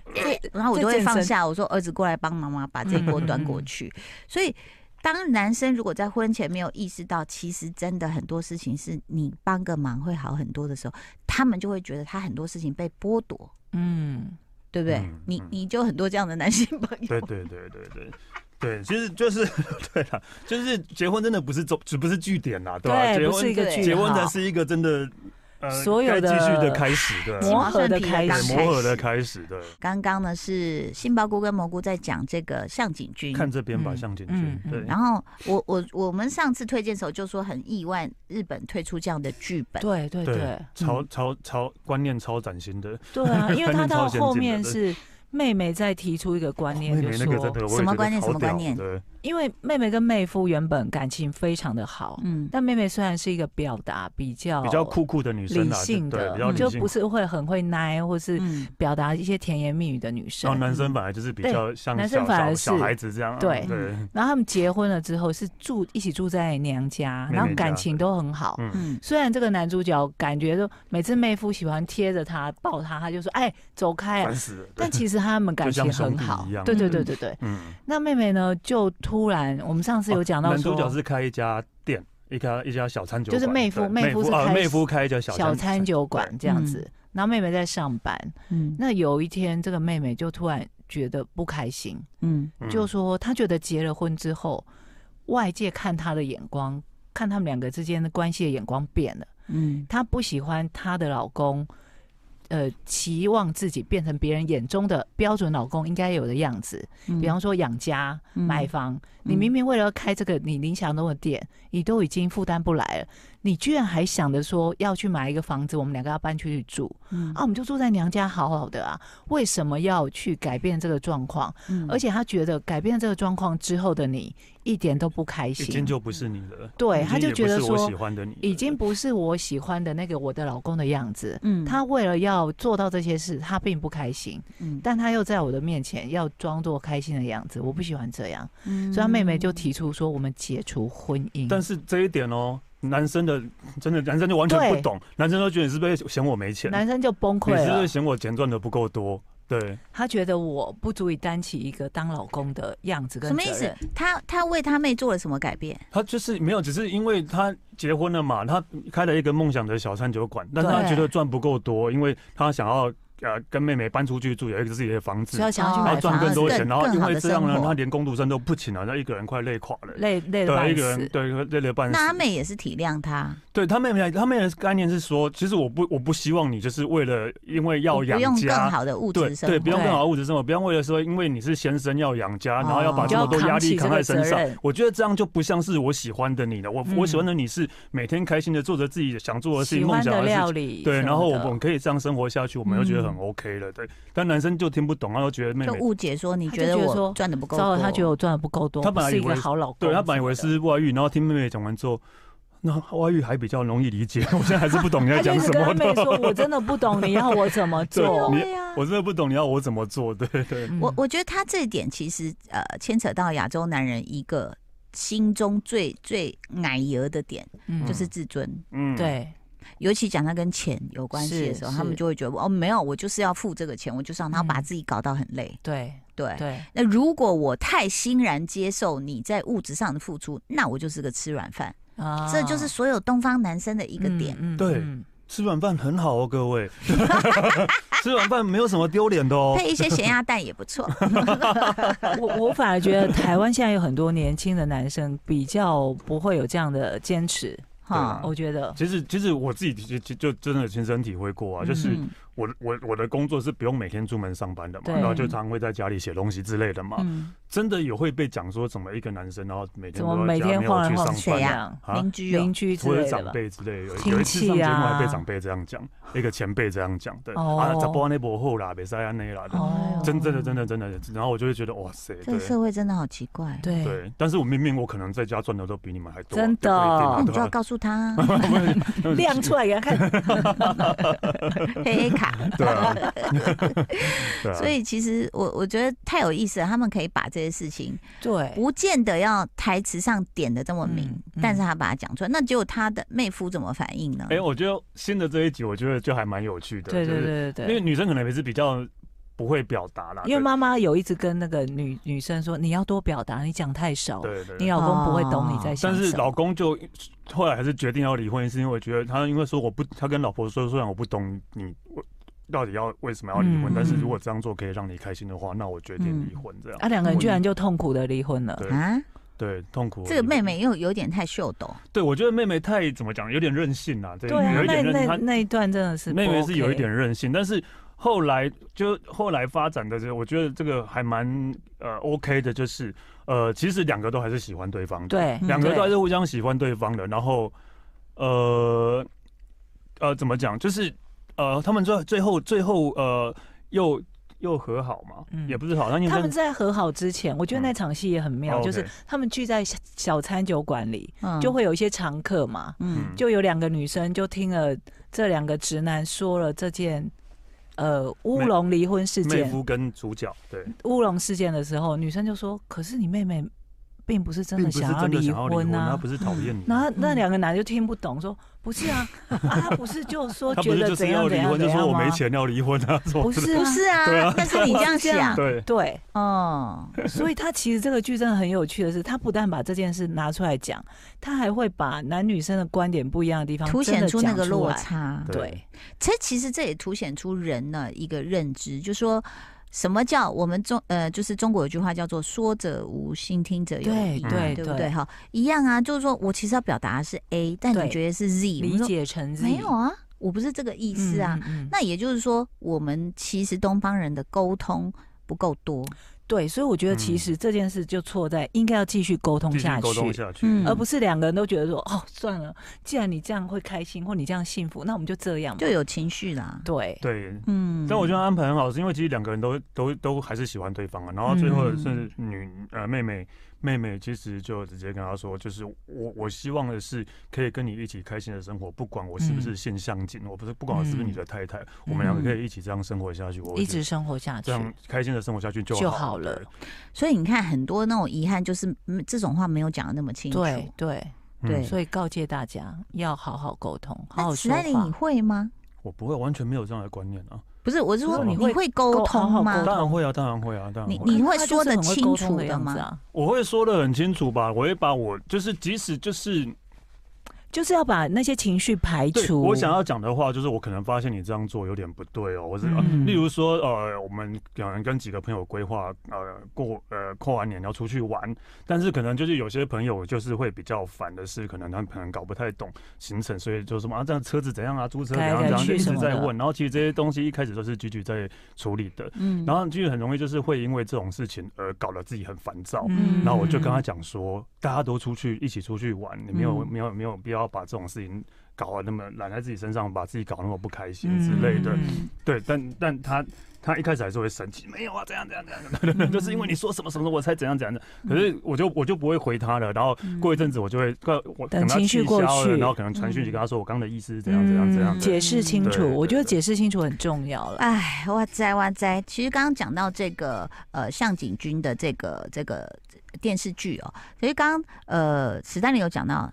[SPEAKER 1] 然后我就会放下，我说儿子过来帮妈妈把这锅端过
[SPEAKER 3] 嗯
[SPEAKER 1] 去。所以，当男生如果在婚前没有意识到，其实真的很多事情是你帮个忙会好很多的时候，他们就会觉得他很多事情被剥夺，
[SPEAKER 2] 嗯，
[SPEAKER 1] 对不对？
[SPEAKER 3] 嗯
[SPEAKER 1] 你
[SPEAKER 3] 嗯
[SPEAKER 1] 你就很多这样的男性朋 友，
[SPEAKER 3] 对对对对对对，其实就是 对了，就是结婚真的不是终，只不是据点啦，对吧、
[SPEAKER 2] 对，
[SPEAKER 3] 结
[SPEAKER 2] 不是一
[SPEAKER 3] 婚
[SPEAKER 2] 个
[SPEAKER 1] 对
[SPEAKER 2] 句
[SPEAKER 3] 结婚
[SPEAKER 2] 号
[SPEAKER 3] 才是一个真的呃，
[SPEAKER 2] 所有
[SPEAKER 3] 该继续的
[SPEAKER 2] 的
[SPEAKER 3] 开始的
[SPEAKER 2] 磨合的开
[SPEAKER 1] 刚
[SPEAKER 2] 始
[SPEAKER 3] 对磨合的开始的。
[SPEAKER 1] 刚刚呢是杏鲍菇跟蘑菇在讲这个向井君，
[SPEAKER 3] 看这边吧，
[SPEAKER 2] 嗯
[SPEAKER 3] 向井
[SPEAKER 2] 嗯
[SPEAKER 3] 君。
[SPEAKER 2] 嗯
[SPEAKER 3] 对，
[SPEAKER 1] 然后我我我们上次推荐的时候就说很意外，日本推出这样的剧本，
[SPEAKER 2] 对对
[SPEAKER 3] 对
[SPEAKER 2] 对
[SPEAKER 3] 超超超观念超崭新的，
[SPEAKER 2] 对 啊，因为他
[SPEAKER 3] 观念超
[SPEAKER 2] 到
[SPEAKER 3] 先
[SPEAKER 2] 后
[SPEAKER 3] 进的
[SPEAKER 2] 面
[SPEAKER 3] 对
[SPEAKER 2] 是妹妹在提出一个观念，
[SPEAKER 3] 妹
[SPEAKER 2] 就
[SPEAKER 3] 妹那个
[SPEAKER 2] 说
[SPEAKER 3] 真的我也
[SPEAKER 1] 什么
[SPEAKER 3] 觉得
[SPEAKER 1] 观念
[SPEAKER 3] 超
[SPEAKER 1] 什么观
[SPEAKER 3] 屌
[SPEAKER 1] 念
[SPEAKER 3] 对，
[SPEAKER 2] 因为妹妹跟妹夫原本感情非常的好，
[SPEAKER 1] 嗯，
[SPEAKER 2] 但妹妹虽然是一个表达比较
[SPEAKER 3] 比较酷酷的女生
[SPEAKER 2] 哦理
[SPEAKER 3] 啦，
[SPEAKER 2] 性
[SPEAKER 3] 对，
[SPEAKER 2] 的嗯
[SPEAKER 3] 比较，理
[SPEAKER 2] 就
[SPEAKER 3] 性
[SPEAKER 2] 不。是会很会奶或是
[SPEAKER 1] 嗯
[SPEAKER 2] 表达一些甜言蜜语的女
[SPEAKER 3] 然后
[SPEAKER 2] 生。
[SPEAKER 3] 男生本来就是
[SPEAKER 2] 嗯
[SPEAKER 3] 比
[SPEAKER 2] 对
[SPEAKER 3] 较像
[SPEAKER 2] 男生
[SPEAKER 3] 小
[SPEAKER 2] 反而
[SPEAKER 3] 小小
[SPEAKER 2] 是
[SPEAKER 3] 孩子这样啊，
[SPEAKER 2] 对嗯
[SPEAKER 3] 对，
[SPEAKER 2] 然后他们结婚了之后是住一起住在娘家，
[SPEAKER 3] 妹妹
[SPEAKER 2] 然后感
[SPEAKER 3] 家
[SPEAKER 2] 情都很好。
[SPEAKER 3] 嗯，
[SPEAKER 1] 嗯，
[SPEAKER 2] 虽然这个男主角感觉就每次妹夫喜欢贴着他抱他，他就说：“哎，走开啊
[SPEAKER 3] 烦！”死了。对
[SPEAKER 2] 但其实他们感
[SPEAKER 3] 就像
[SPEAKER 2] 情很
[SPEAKER 3] 兄弟
[SPEAKER 2] 好
[SPEAKER 3] 一。样
[SPEAKER 2] 对对对
[SPEAKER 1] 嗯
[SPEAKER 2] 对对。
[SPEAKER 3] 嗯，
[SPEAKER 2] 那妹妹呢，就突然我们上次有讲到
[SPEAKER 3] 哦男主
[SPEAKER 2] 说，
[SPEAKER 3] 角是开一家店，一家一家小餐酒
[SPEAKER 2] 就
[SPEAKER 3] 馆，
[SPEAKER 2] 是妹夫
[SPEAKER 3] 对
[SPEAKER 2] 妹
[SPEAKER 3] 妹
[SPEAKER 2] 夫是
[SPEAKER 3] 啊
[SPEAKER 2] 开
[SPEAKER 3] 妹夫开一家小
[SPEAKER 2] 小餐酒馆这样子
[SPEAKER 1] 嗯，
[SPEAKER 2] 然后妹妹在上班。
[SPEAKER 1] 嗯
[SPEAKER 2] 那有一天，这个妹妹就突然觉得不开心，
[SPEAKER 1] 嗯
[SPEAKER 3] 嗯
[SPEAKER 2] 就说她觉得结了婚之后，外界看她的眼光，看他们两个之间的关系的眼光变了。
[SPEAKER 1] 嗯
[SPEAKER 2] 她不喜欢她的老公，呃，期望自己变成别人眼中的标准老公应该有的样子，
[SPEAKER 1] 嗯
[SPEAKER 2] 比方说养家、
[SPEAKER 1] 嗯
[SPEAKER 2] 买房。你
[SPEAKER 3] 嗯
[SPEAKER 2] 明明为了要开这个你理想中的店，你都已经负担不来了，你居然还想着说要去买一个房子，我们两个要搬出去住
[SPEAKER 1] 嗯
[SPEAKER 2] 啊，我们就住在娘家好好的啊，为什么要去改变这个状况？
[SPEAKER 1] 嗯
[SPEAKER 2] 而且他觉得改变这个状况之后的你一点都不开
[SPEAKER 3] 已经
[SPEAKER 2] 心。
[SPEAKER 3] 就不是你了，
[SPEAKER 2] 对
[SPEAKER 3] 已
[SPEAKER 2] 他
[SPEAKER 3] 经
[SPEAKER 2] 就
[SPEAKER 3] 也
[SPEAKER 2] 觉
[SPEAKER 3] 不
[SPEAKER 2] 得
[SPEAKER 3] 是我
[SPEAKER 2] 说
[SPEAKER 3] 喜欢的你了，
[SPEAKER 2] 已经不是我喜欢的那个我的老公的样子，
[SPEAKER 1] 嗯
[SPEAKER 2] 他为了要做到这些事，他并不开心，
[SPEAKER 1] 嗯
[SPEAKER 2] 但他又在我的面前要装作开心的样子，我不喜欢这样，
[SPEAKER 1] 嗯
[SPEAKER 2] 所以他妹妹就提出说，我们解除婚姻。
[SPEAKER 3] 但是这一点哦，男生的真的男生就完全不懂，男生都觉得你是不是嫌我没钱，
[SPEAKER 2] 男生啊就崩溃
[SPEAKER 3] 你是不
[SPEAKER 2] 了
[SPEAKER 3] 是，嫌我钱赚的不够多？对，
[SPEAKER 2] 他觉得我不足以担起一个当老公的样子跟
[SPEAKER 1] 嗯什么意
[SPEAKER 2] 责
[SPEAKER 1] 思
[SPEAKER 2] 任？
[SPEAKER 1] 他他为他妹做了什么改变？
[SPEAKER 3] 他就是没有，只是因为他结婚了嘛，他开了一个梦想的小餐酒馆，但是他
[SPEAKER 1] 对
[SPEAKER 3] 觉得赚不够多，因为他想要呃跟妹妹搬出去住，有一个自己的房子
[SPEAKER 2] 所以，要想要去
[SPEAKER 1] 哦
[SPEAKER 2] 买
[SPEAKER 3] 然
[SPEAKER 2] 房
[SPEAKER 3] 后赚
[SPEAKER 1] 反
[SPEAKER 3] 更
[SPEAKER 1] 而
[SPEAKER 2] 子，
[SPEAKER 3] 多
[SPEAKER 1] 更
[SPEAKER 3] 钱，然后
[SPEAKER 1] 更
[SPEAKER 3] 因
[SPEAKER 1] 好
[SPEAKER 3] 为
[SPEAKER 1] 的
[SPEAKER 3] 这样
[SPEAKER 1] 生
[SPEAKER 3] 呢，
[SPEAKER 1] 活
[SPEAKER 3] 他连工读生都不请了，他一个人快累垮了。
[SPEAKER 2] 累累的
[SPEAKER 3] 对，一
[SPEAKER 2] 半
[SPEAKER 3] 个人
[SPEAKER 2] 死。
[SPEAKER 3] 对累了半死。
[SPEAKER 1] 那他妹也是体谅他，
[SPEAKER 3] 对他妹妹，他妹的概念是说，其实我不我不希望你就是为了因为要
[SPEAKER 1] 不用
[SPEAKER 3] 养
[SPEAKER 1] 更
[SPEAKER 3] 家，
[SPEAKER 1] 好的物
[SPEAKER 3] 对
[SPEAKER 1] 质生活，
[SPEAKER 3] 对，不用更好的物质生活，不用为了说因为你是先生要养家，然后要把
[SPEAKER 1] 哦
[SPEAKER 3] 这么多压力扛在身
[SPEAKER 2] 就要扛起这个
[SPEAKER 3] 上
[SPEAKER 2] 责任，
[SPEAKER 3] 我觉得这样就不像是我喜欢的你了。我我
[SPEAKER 2] 嗯
[SPEAKER 3] 喜欢的你是每天开心的做着自己想做的事
[SPEAKER 2] 喜
[SPEAKER 3] 情，梦
[SPEAKER 2] 欢
[SPEAKER 3] 想
[SPEAKER 2] 的
[SPEAKER 3] 事
[SPEAKER 2] 料
[SPEAKER 3] 情。
[SPEAKER 2] 理什么的，
[SPEAKER 3] 对，然后我们可以这样生活下去，我们就觉得很
[SPEAKER 2] 嗯
[SPEAKER 3] OK 了。对，但男生就听不懂，然后觉得妹
[SPEAKER 1] 就
[SPEAKER 3] 妹
[SPEAKER 1] 误解说你
[SPEAKER 2] 他
[SPEAKER 1] 觉
[SPEAKER 2] 就
[SPEAKER 1] 得
[SPEAKER 2] 觉得
[SPEAKER 1] 我
[SPEAKER 2] 说
[SPEAKER 1] 赚的不够
[SPEAKER 2] 糟
[SPEAKER 1] 多，
[SPEAKER 2] 了，他觉得我赚的不够多，
[SPEAKER 3] 他本来
[SPEAKER 2] 不是一
[SPEAKER 3] 以为
[SPEAKER 2] 个好老公什么
[SPEAKER 3] 对
[SPEAKER 2] 的，
[SPEAKER 3] 他本来以为是外遇，然后听妹妹讲完之后，那外遇还比较容易理解。我现在还是不懂你在
[SPEAKER 2] 他就
[SPEAKER 3] 讲
[SPEAKER 2] 一
[SPEAKER 3] 什
[SPEAKER 2] 直跟他
[SPEAKER 3] 么
[SPEAKER 2] 妹说：“
[SPEAKER 3] 的。
[SPEAKER 2] 我真的不懂，你要我怎 么做
[SPEAKER 3] 你
[SPEAKER 1] 对呀、
[SPEAKER 3] 我真的不懂你要我怎么做，对对？”
[SPEAKER 2] 嗯
[SPEAKER 1] 我我觉得他这一点其实呃牵扯到亚洲男人一个心中最最奶油的点，
[SPEAKER 2] 嗯
[SPEAKER 1] 就是自尊。
[SPEAKER 3] 嗯，
[SPEAKER 2] 对，
[SPEAKER 1] 尤其讲到跟钱有关系的时候，
[SPEAKER 2] 是
[SPEAKER 1] 他们
[SPEAKER 2] 是
[SPEAKER 1] 就会觉得哦，没有，我就是要付这个钱，我就是让他
[SPEAKER 2] 嗯
[SPEAKER 1] 把自己搞到很累。
[SPEAKER 2] 对
[SPEAKER 1] 对，
[SPEAKER 2] 对，
[SPEAKER 1] 那如果我太欣然接受你在物质上的付出，那我就是个吃软饭。
[SPEAKER 2] 啊
[SPEAKER 1] 这就是所有东方男生的一个点。
[SPEAKER 2] 嗯嗯
[SPEAKER 3] 对
[SPEAKER 2] 嗯
[SPEAKER 3] 吃软饭很好哦，各位， 吃软饭没有什么丢脸的 哦。
[SPEAKER 1] 配一些咸鸭蛋也不错，
[SPEAKER 2] 我我反而觉得台湾现在有很多年轻的男生比较不会有这样的坚持，
[SPEAKER 1] 哈
[SPEAKER 3] 啊，
[SPEAKER 2] 我觉得
[SPEAKER 3] 其实，其实我自己就就就真的亲身体会过啊，就是
[SPEAKER 1] 嗯
[SPEAKER 3] 我我我的工作是不用每天出门上班的嘛，
[SPEAKER 2] 对
[SPEAKER 3] 然后就常会在家里写东西之类的嘛，
[SPEAKER 2] 嗯，
[SPEAKER 3] 真的有会被讲说怎么一个男生然后每天
[SPEAKER 2] 怎
[SPEAKER 3] 都
[SPEAKER 2] 么
[SPEAKER 3] 在
[SPEAKER 2] 每
[SPEAKER 3] 家
[SPEAKER 2] 天
[SPEAKER 3] 没
[SPEAKER 2] 晃
[SPEAKER 3] 有
[SPEAKER 2] 来
[SPEAKER 3] 去
[SPEAKER 2] 晃去
[SPEAKER 3] 上
[SPEAKER 1] 谁
[SPEAKER 3] 班
[SPEAKER 1] 呀、
[SPEAKER 3] 啊
[SPEAKER 1] 邻居哦
[SPEAKER 2] 邻居之
[SPEAKER 3] 或者
[SPEAKER 2] 类的
[SPEAKER 3] 长
[SPEAKER 2] 吧。
[SPEAKER 3] 辈之类的，有
[SPEAKER 2] 亲
[SPEAKER 3] 有一次上
[SPEAKER 2] 戚
[SPEAKER 3] 节目
[SPEAKER 2] 啊
[SPEAKER 3] 还被长辈这样讲，一个前辈这样讲，对
[SPEAKER 2] 哦
[SPEAKER 3] 啊，咋不那不后啦，别塞安内啦，对
[SPEAKER 2] 哦
[SPEAKER 3] 真真的真的真的，然后我就会觉得哇塞，
[SPEAKER 1] 这个
[SPEAKER 3] 对
[SPEAKER 1] 社会真的好奇怪。
[SPEAKER 2] 对
[SPEAKER 3] 对，但是我明明我可能在家赚的都比你们还多啊，
[SPEAKER 2] 哎真的
[SPEAKER 1] 哦那
[SPEAKER 3] 对
[SPEAKER 1] 你就
[SPEAKER 3] 不一定
[SPEAKER 1] 要
[SPEAKER 3] 啊
[SPEAKER 1] 告诉他啊
[SPEAKER 3] 对啊
[SPEAKER 2] 亮出来给他看，
[SPEAKER 1] 黑黑卡。
[SPEAKER 3] 对啊， 对啊，
[SPEAKER 1] 所以其实我我觉得太有意思了，他们可以把这些事情，
[SPEAKER 2] 对，
[SPEAKER 1] 不见得要台词上点的这么明，
[SPEAKER 2] 嗯嗯
[SPEAKER 1] 但是他把它讲出来，那结果他的妹夫怎么反应呢？
[SPEAKER 3] 哎、我觉得新的这一集，我觉得就还蛮有趣的，
[SPEAKER 2] 对对
[SPEAKER 3] 就是
[SPEAKER 2] 对对
[SPEAKER 3] 因
[SPEAKER 2] 对。
[SPEAKER 3] 为女生可能也是比较不会表达啦，
[SPEAKER 2] 因为
[SPEAKER 3] 啊对
[SPEAKER 2] 妈妈有一直跟那个女女生说，你要多表达，你讲太少，
[SPEAKER 3] 对对
[SPEAKER 2] 你
[SPEAKER 3] 对。
[SPEAKER 2] 老公不会懂你在想
[SPEAKER 3] 但
[SPEAKER 2] 什么。
[SPEAKER 3] 是老公就后来还是决定要离婚，是因为我觉得他因为说我不，他跟老婆说，虽然我不懂你我到底要为什么要离婚，
[SPEAKER 2] 嗯
[SPEAKER 3] 但是如果这样做可以让你开心的话，那我决定离婚这样。
[SPEAKER 2] 啊，两个人居
[SPEAKER 3] 嗯
[SPEAKER 2] 然就痛苦的离婚了。
[SPEAKER 3] 对
[SPEAKER 1] 啊，
[SPEAKER 3] 对痛苦。
[SPEAKER 1] 这个妹，妹又有点太秀逗，
[SPEAKER 3] 对我觉得妹妹太怎么讲，有点任性啊，对，
[SPEAKER 2] 对啊
[SPEAKER 3] 有，一
[SPEAKER 2] 那
[SPEAKER 3] 点任
[SPEAKER 2] 那
[SPEAKER 3] 她
[SPEAKER 2] 那一段真的是
[SPEAKER 3] 妹妹
[SPEAKER 2] 不
[SPEAKER 3] 是有一
[SPEAKER 2] OK
[SPEAKER 3] 点任性，但是后来就后来发展的这，我觉得这个还蛮呃 OK 的，就是呃，其实两个都还是喜欢对方的，
[SPEAKER 2] 对，嗯
[SPEAKER 3] 两个
[SPEAKER 2] 对
[SPEAKER 3] 都还是互相喜欢对方的，然后呃呃怎么讲，就是呃他们最最后最后呃又又和好嘛，
[SPEAKER 2] 嗯
[SPEAKER 3] 也不是好，那应
[SPEAKER 2] 他
[SPEAKER 3] 该
[SPEAKER 2] 们在和好之前，我觉得
[SPEAKER 3] 嗯
[SPEAKER 2] 那场戏也很妙，
[SPEAKER 3] 哦
[SPEAKER 2] 就是
[SPEAKER 3] OK
[SPEAKER 2] 他们聚在小小餐酒馆里，
[SPEAKER 1] 嗯，
[SPEAKER 2] 就会有一些常客嘛，
[SPEAKER 1] 嗯
[SPEAKER 3] 嗯
[SPEAKER 2] 就有两个女生就听了这两个直男说了这件。呃，乌龙离婚事
[SPEAKER 3] 妹
[SPEAKER 2] 件，
[SPEAKER 3] 夫跟主角对，
[SPEAKER 2] 乌龙事件的时候，女生就说：“可是你妹妹并不是真
[SPEAKER 3] 并
[SPEAKER 2] 的
[SPEAKER 3] 不是
[SPEAKER 2] 想要
[SPEAKER 3] 真的
[SPEAKER 2] 离
[SPEAKER 3] 想要离婚，
[SPEAKER 2] 婚
[SPEAKER 3] 他
[SPEAKER 2] 啊。
[SPEAKER 3] 不是讨 厌你，
[SPEAKER 2] 然后那
[SPEAKER 1] 嗯
[SPEAKER 2] 两个男就听不懂，说：“不是啊，啊，他不是就说
[SPEAKER 3] 他
[SPEAKER 2] 觉
[SPEAKER 3] 不是
[SPEAKER 2] 得
[SPEAKER 3] 就是
[SPEAKER 2] 怎
[SPEAKER 3] 要
[SPEAKER 2] 样
[SPEAKER 3] 离
[SPEAKER 2] 怎样
[SPEAKER 3] 婚，就
[SPEAKER 2] 怎
[SPEAKER 3] 说
[SPEAKER 2] 样
[SPEAKER 3] 我没
[SPEAKER 2] 吗？
[SPEAKER 3] 钱要离婚啊，说
[SPEAKER 2] 不是啊
[SPEAKER 1] 不，是啊，
[SPEAKER 3] 对啊
[SPEAKER 1] 但是你这样
[SPEAKER 2] 是这样
[SPEAKER 1] 想，
[SPEAKER 3] 对。
[SPEAKER 2] 对，
[SPEAKER 1] 哦，
[SPEAKER 2] 所以他其实这个剧真的很有趣的是，他不但把这件事拿出来讲，他还会把男女生的观点不一样的地方
[SPEAKER 1] 凸显
[SPEAKER 2] 真的
[SPEAKER 1] 出
[SPEAKER 2] 讲
[SPEAKER 1] 那个落
[SPEAKER 2] 来。
[SPEAKER 1] 差。
[SPEAKER 3] 对
[SPEAKER 2] 对，
[SPEAKER 1] 这其实这也凸显出人呢一个认知，就说什么叫我们中呃，就是中国有句话叫做“说者无心，听者有
[SPEAKER 2] 对
[SPEAKER 1] 意”，
[SPEAKER 2] 对
[SPEAKER 1] 对不
[SPEAKER 2] 对
[SPEAKER 1] 对？哈，一样啊，就是说我其实要表达的是 A，但
[SPEAKER 2] 对
[SPEAKER 1] 你觉得是 Z，我
[SPEAKER 2] 理
[SPEAKER 1] 们说
[SPEAKER 2] 解成
[SPEAKER 1] 没有啊？我不是这个意思啊。，
[SPEAKER 2] 嗯嗯嗯
[SPEAKER 1] 那也就是说，我们其实东方人的沟通不够多，
[SPEAKER 2] 对，所以我觉得其实这件事就错在应该要继续沟通
[SPEAKER 3] 继续
[SPEAKER 2] 下
[SPEAKER 3] 沟通
[SPEAKER 2] 去。
[SPEAKER 3] 下去，
[SPEAKER 1] 嗯
[SPEAKER 2] 而不是两个人都觉得说哦算了，既然你这样会开心，或你这样幸福，那我们就这样吧
[SPEAKER 1] 就。有情绪啦。
[SPEAKER 2] 对，
[SPEAKER 3] 对，
[SPEAKER 1] 嗯，
[SPEAKER 3] 但我觉得安排很好，是因为其实两个人都都都还是喜欢对方啊。然后最后是
[SPEAKER 2] 嗯
[SPEAKER 3] 女、呃妹妹妹妹，其实就直接跟她说，就是我我希望的是可以跟你一起开心的生活，不管我是
[SPEAKER 2] 嗯
[SPEAKER 3] 不是现象景，我不是不管我是不是你的太太，我们两个可以一起这样生活下去，我
[SPEAKER 2] 一
[SPEAKER 3] 会觉
[SPEAKER 2] 直
[SPEAKER 3] 得
[SPEAKER 2] 生活下去
[SPEAKER 3] 这样开心的生活下去就
[SPEAKER 2] 就
[SPEAKER 3] 好
[SPEAKER 2] 好了。
[SPEAKER 3] 对
[SPEAKER 1] 所以你看，很多那种遗憾，就是嗯这种话没有讲的那么清楚。
[SPEAKER 2] 对对，
[SPEAKER 1] 对
[SPEAKER 2] 所以告诫大家要好好沟通，好好
[SPEAKER 1] 那史
[SPEAKER 2] 说
[SPEAKER 1] 奈里你
[SPEAKER 2] 话。
[SPEAKER 1] 会吗？
[SPEAKER 3] 我不会，完全没有这样的观念啊。
[SPEAKER 1] 不是，我是说
[SPEAKER 3] 哦
[SPEAKER 1] 你
[SPEAKER 2] 你会
[SPEAKER 1] 会沟
[SPEAKER 2] 沟好
[SPEAKER 1] 通
[SPEAKER 2] 好
[SPEAKER 1] 吗
[SPEAKER 2] 沟？
[SPEAKER 3] 当然会啊，当然会啊，当然会。
[SPEAKER 1] 你会
[SPEAKER 2] 他就是
[SPEAKER 1] 说得
[SPEAKER 2] 很会
[SPEAKER 1] 清
[SPEAKER 2] 沟通
[SPEAKER 1] 楚
[SPEAKER 2] 的
[SPEAKER 1] 的
[SPEAKER 2] 样
[SPEAKER 1] 吗
[SPEAKER 2] 子啊？
[SPEAKER 3] 我会说的很清楚吧，我会把我就是即使就是
[SPEAKER 2] 就是要把那些情绪排
[SPEAKER 3] 对
[SPEAKER 2] 除。
[SPEAKER 3] 我想要讲的话，就是我可能发现你这样做有点不对哦，我是、呃
[SPEAKER 2] 嗯
[SPEAKER 3] 例如说呃，我们两人跟几个朋友规划呃过呃过完年要出去玩，但是可能就是有些朋友就是会比较烦的是，可能他们可能搞不太懂行程，所以就什么啊这样车子怎样啊，租车怎样
[SPEAKER 2] 开
[SPEAKER 3] 怎
[SPEAKER 2] 来
[SPEAKER 3] 样，就
[SPEAKER 2] 去
[SPEAKER 3] 一
[SPEAKER 2] 什
[SPEAKER 3] 直
[SPEAKER 2] 么
[SPEAKER 3] 在
[SPEAKER 2] 的
[SPEAKER 3] 问，然后其实这些东西一开始都是居居在处理的，
[SPEAKER 2] 嗯
[SPEAKER 3] 然后居居很容易就是会因为这种事情而搞得自己很烦躁。
[SPEAKER 1] 嗯
[SPEAKER 3] 然后我就跟他讲说，大家都出去一起出去玩，你没有
[SPEAKER 2] 嗯
[SPEAKER 3] 没有没有必要把这种事情搞啊得那么揽在自己身上，把自己搞得那么不开心之类的。
[SPEAKER 2] 嗯
[SPEAKER 3] 对，但但他他一开始还是会生气，没有啊，怎样怎样怎样怎样， 就是因为你说什么什么我才怎样怎样的。可是我就我就不会回他了，然后过一阵子我就会，我可
[SPEAKER 2] 等
[SPEAKER 3] 能他
[SPEAKER 2] 情绪
[SPEAKER 3] 气
[SPEAKER 2] 过
[SPEAKER 3] 消
[SPEAKER 2] 去
[SPEAKER 3] 了，然后可能传讯息跟他说，我刚刚的意思是怎样怎样怎样
[SPEAKER 2] 嗯
[SPEAKER 3] 的。
[SPEAKER 2] 解释清
[SPEAKER 3] 对
[SPEAKER 2] 楚，
[SPEAKER 3] 对
[SPEAKER 2] 我觉得
[SPEAKER 3] 对
[SPEAKER 2] 解释清楚很重要了。
[SPEAKER 1] 哎，哇塞哇塞！其实刚刚讲到这个呃，向井君的这个这个电视剧哦，所以刚刚呃，史丹利有讲到，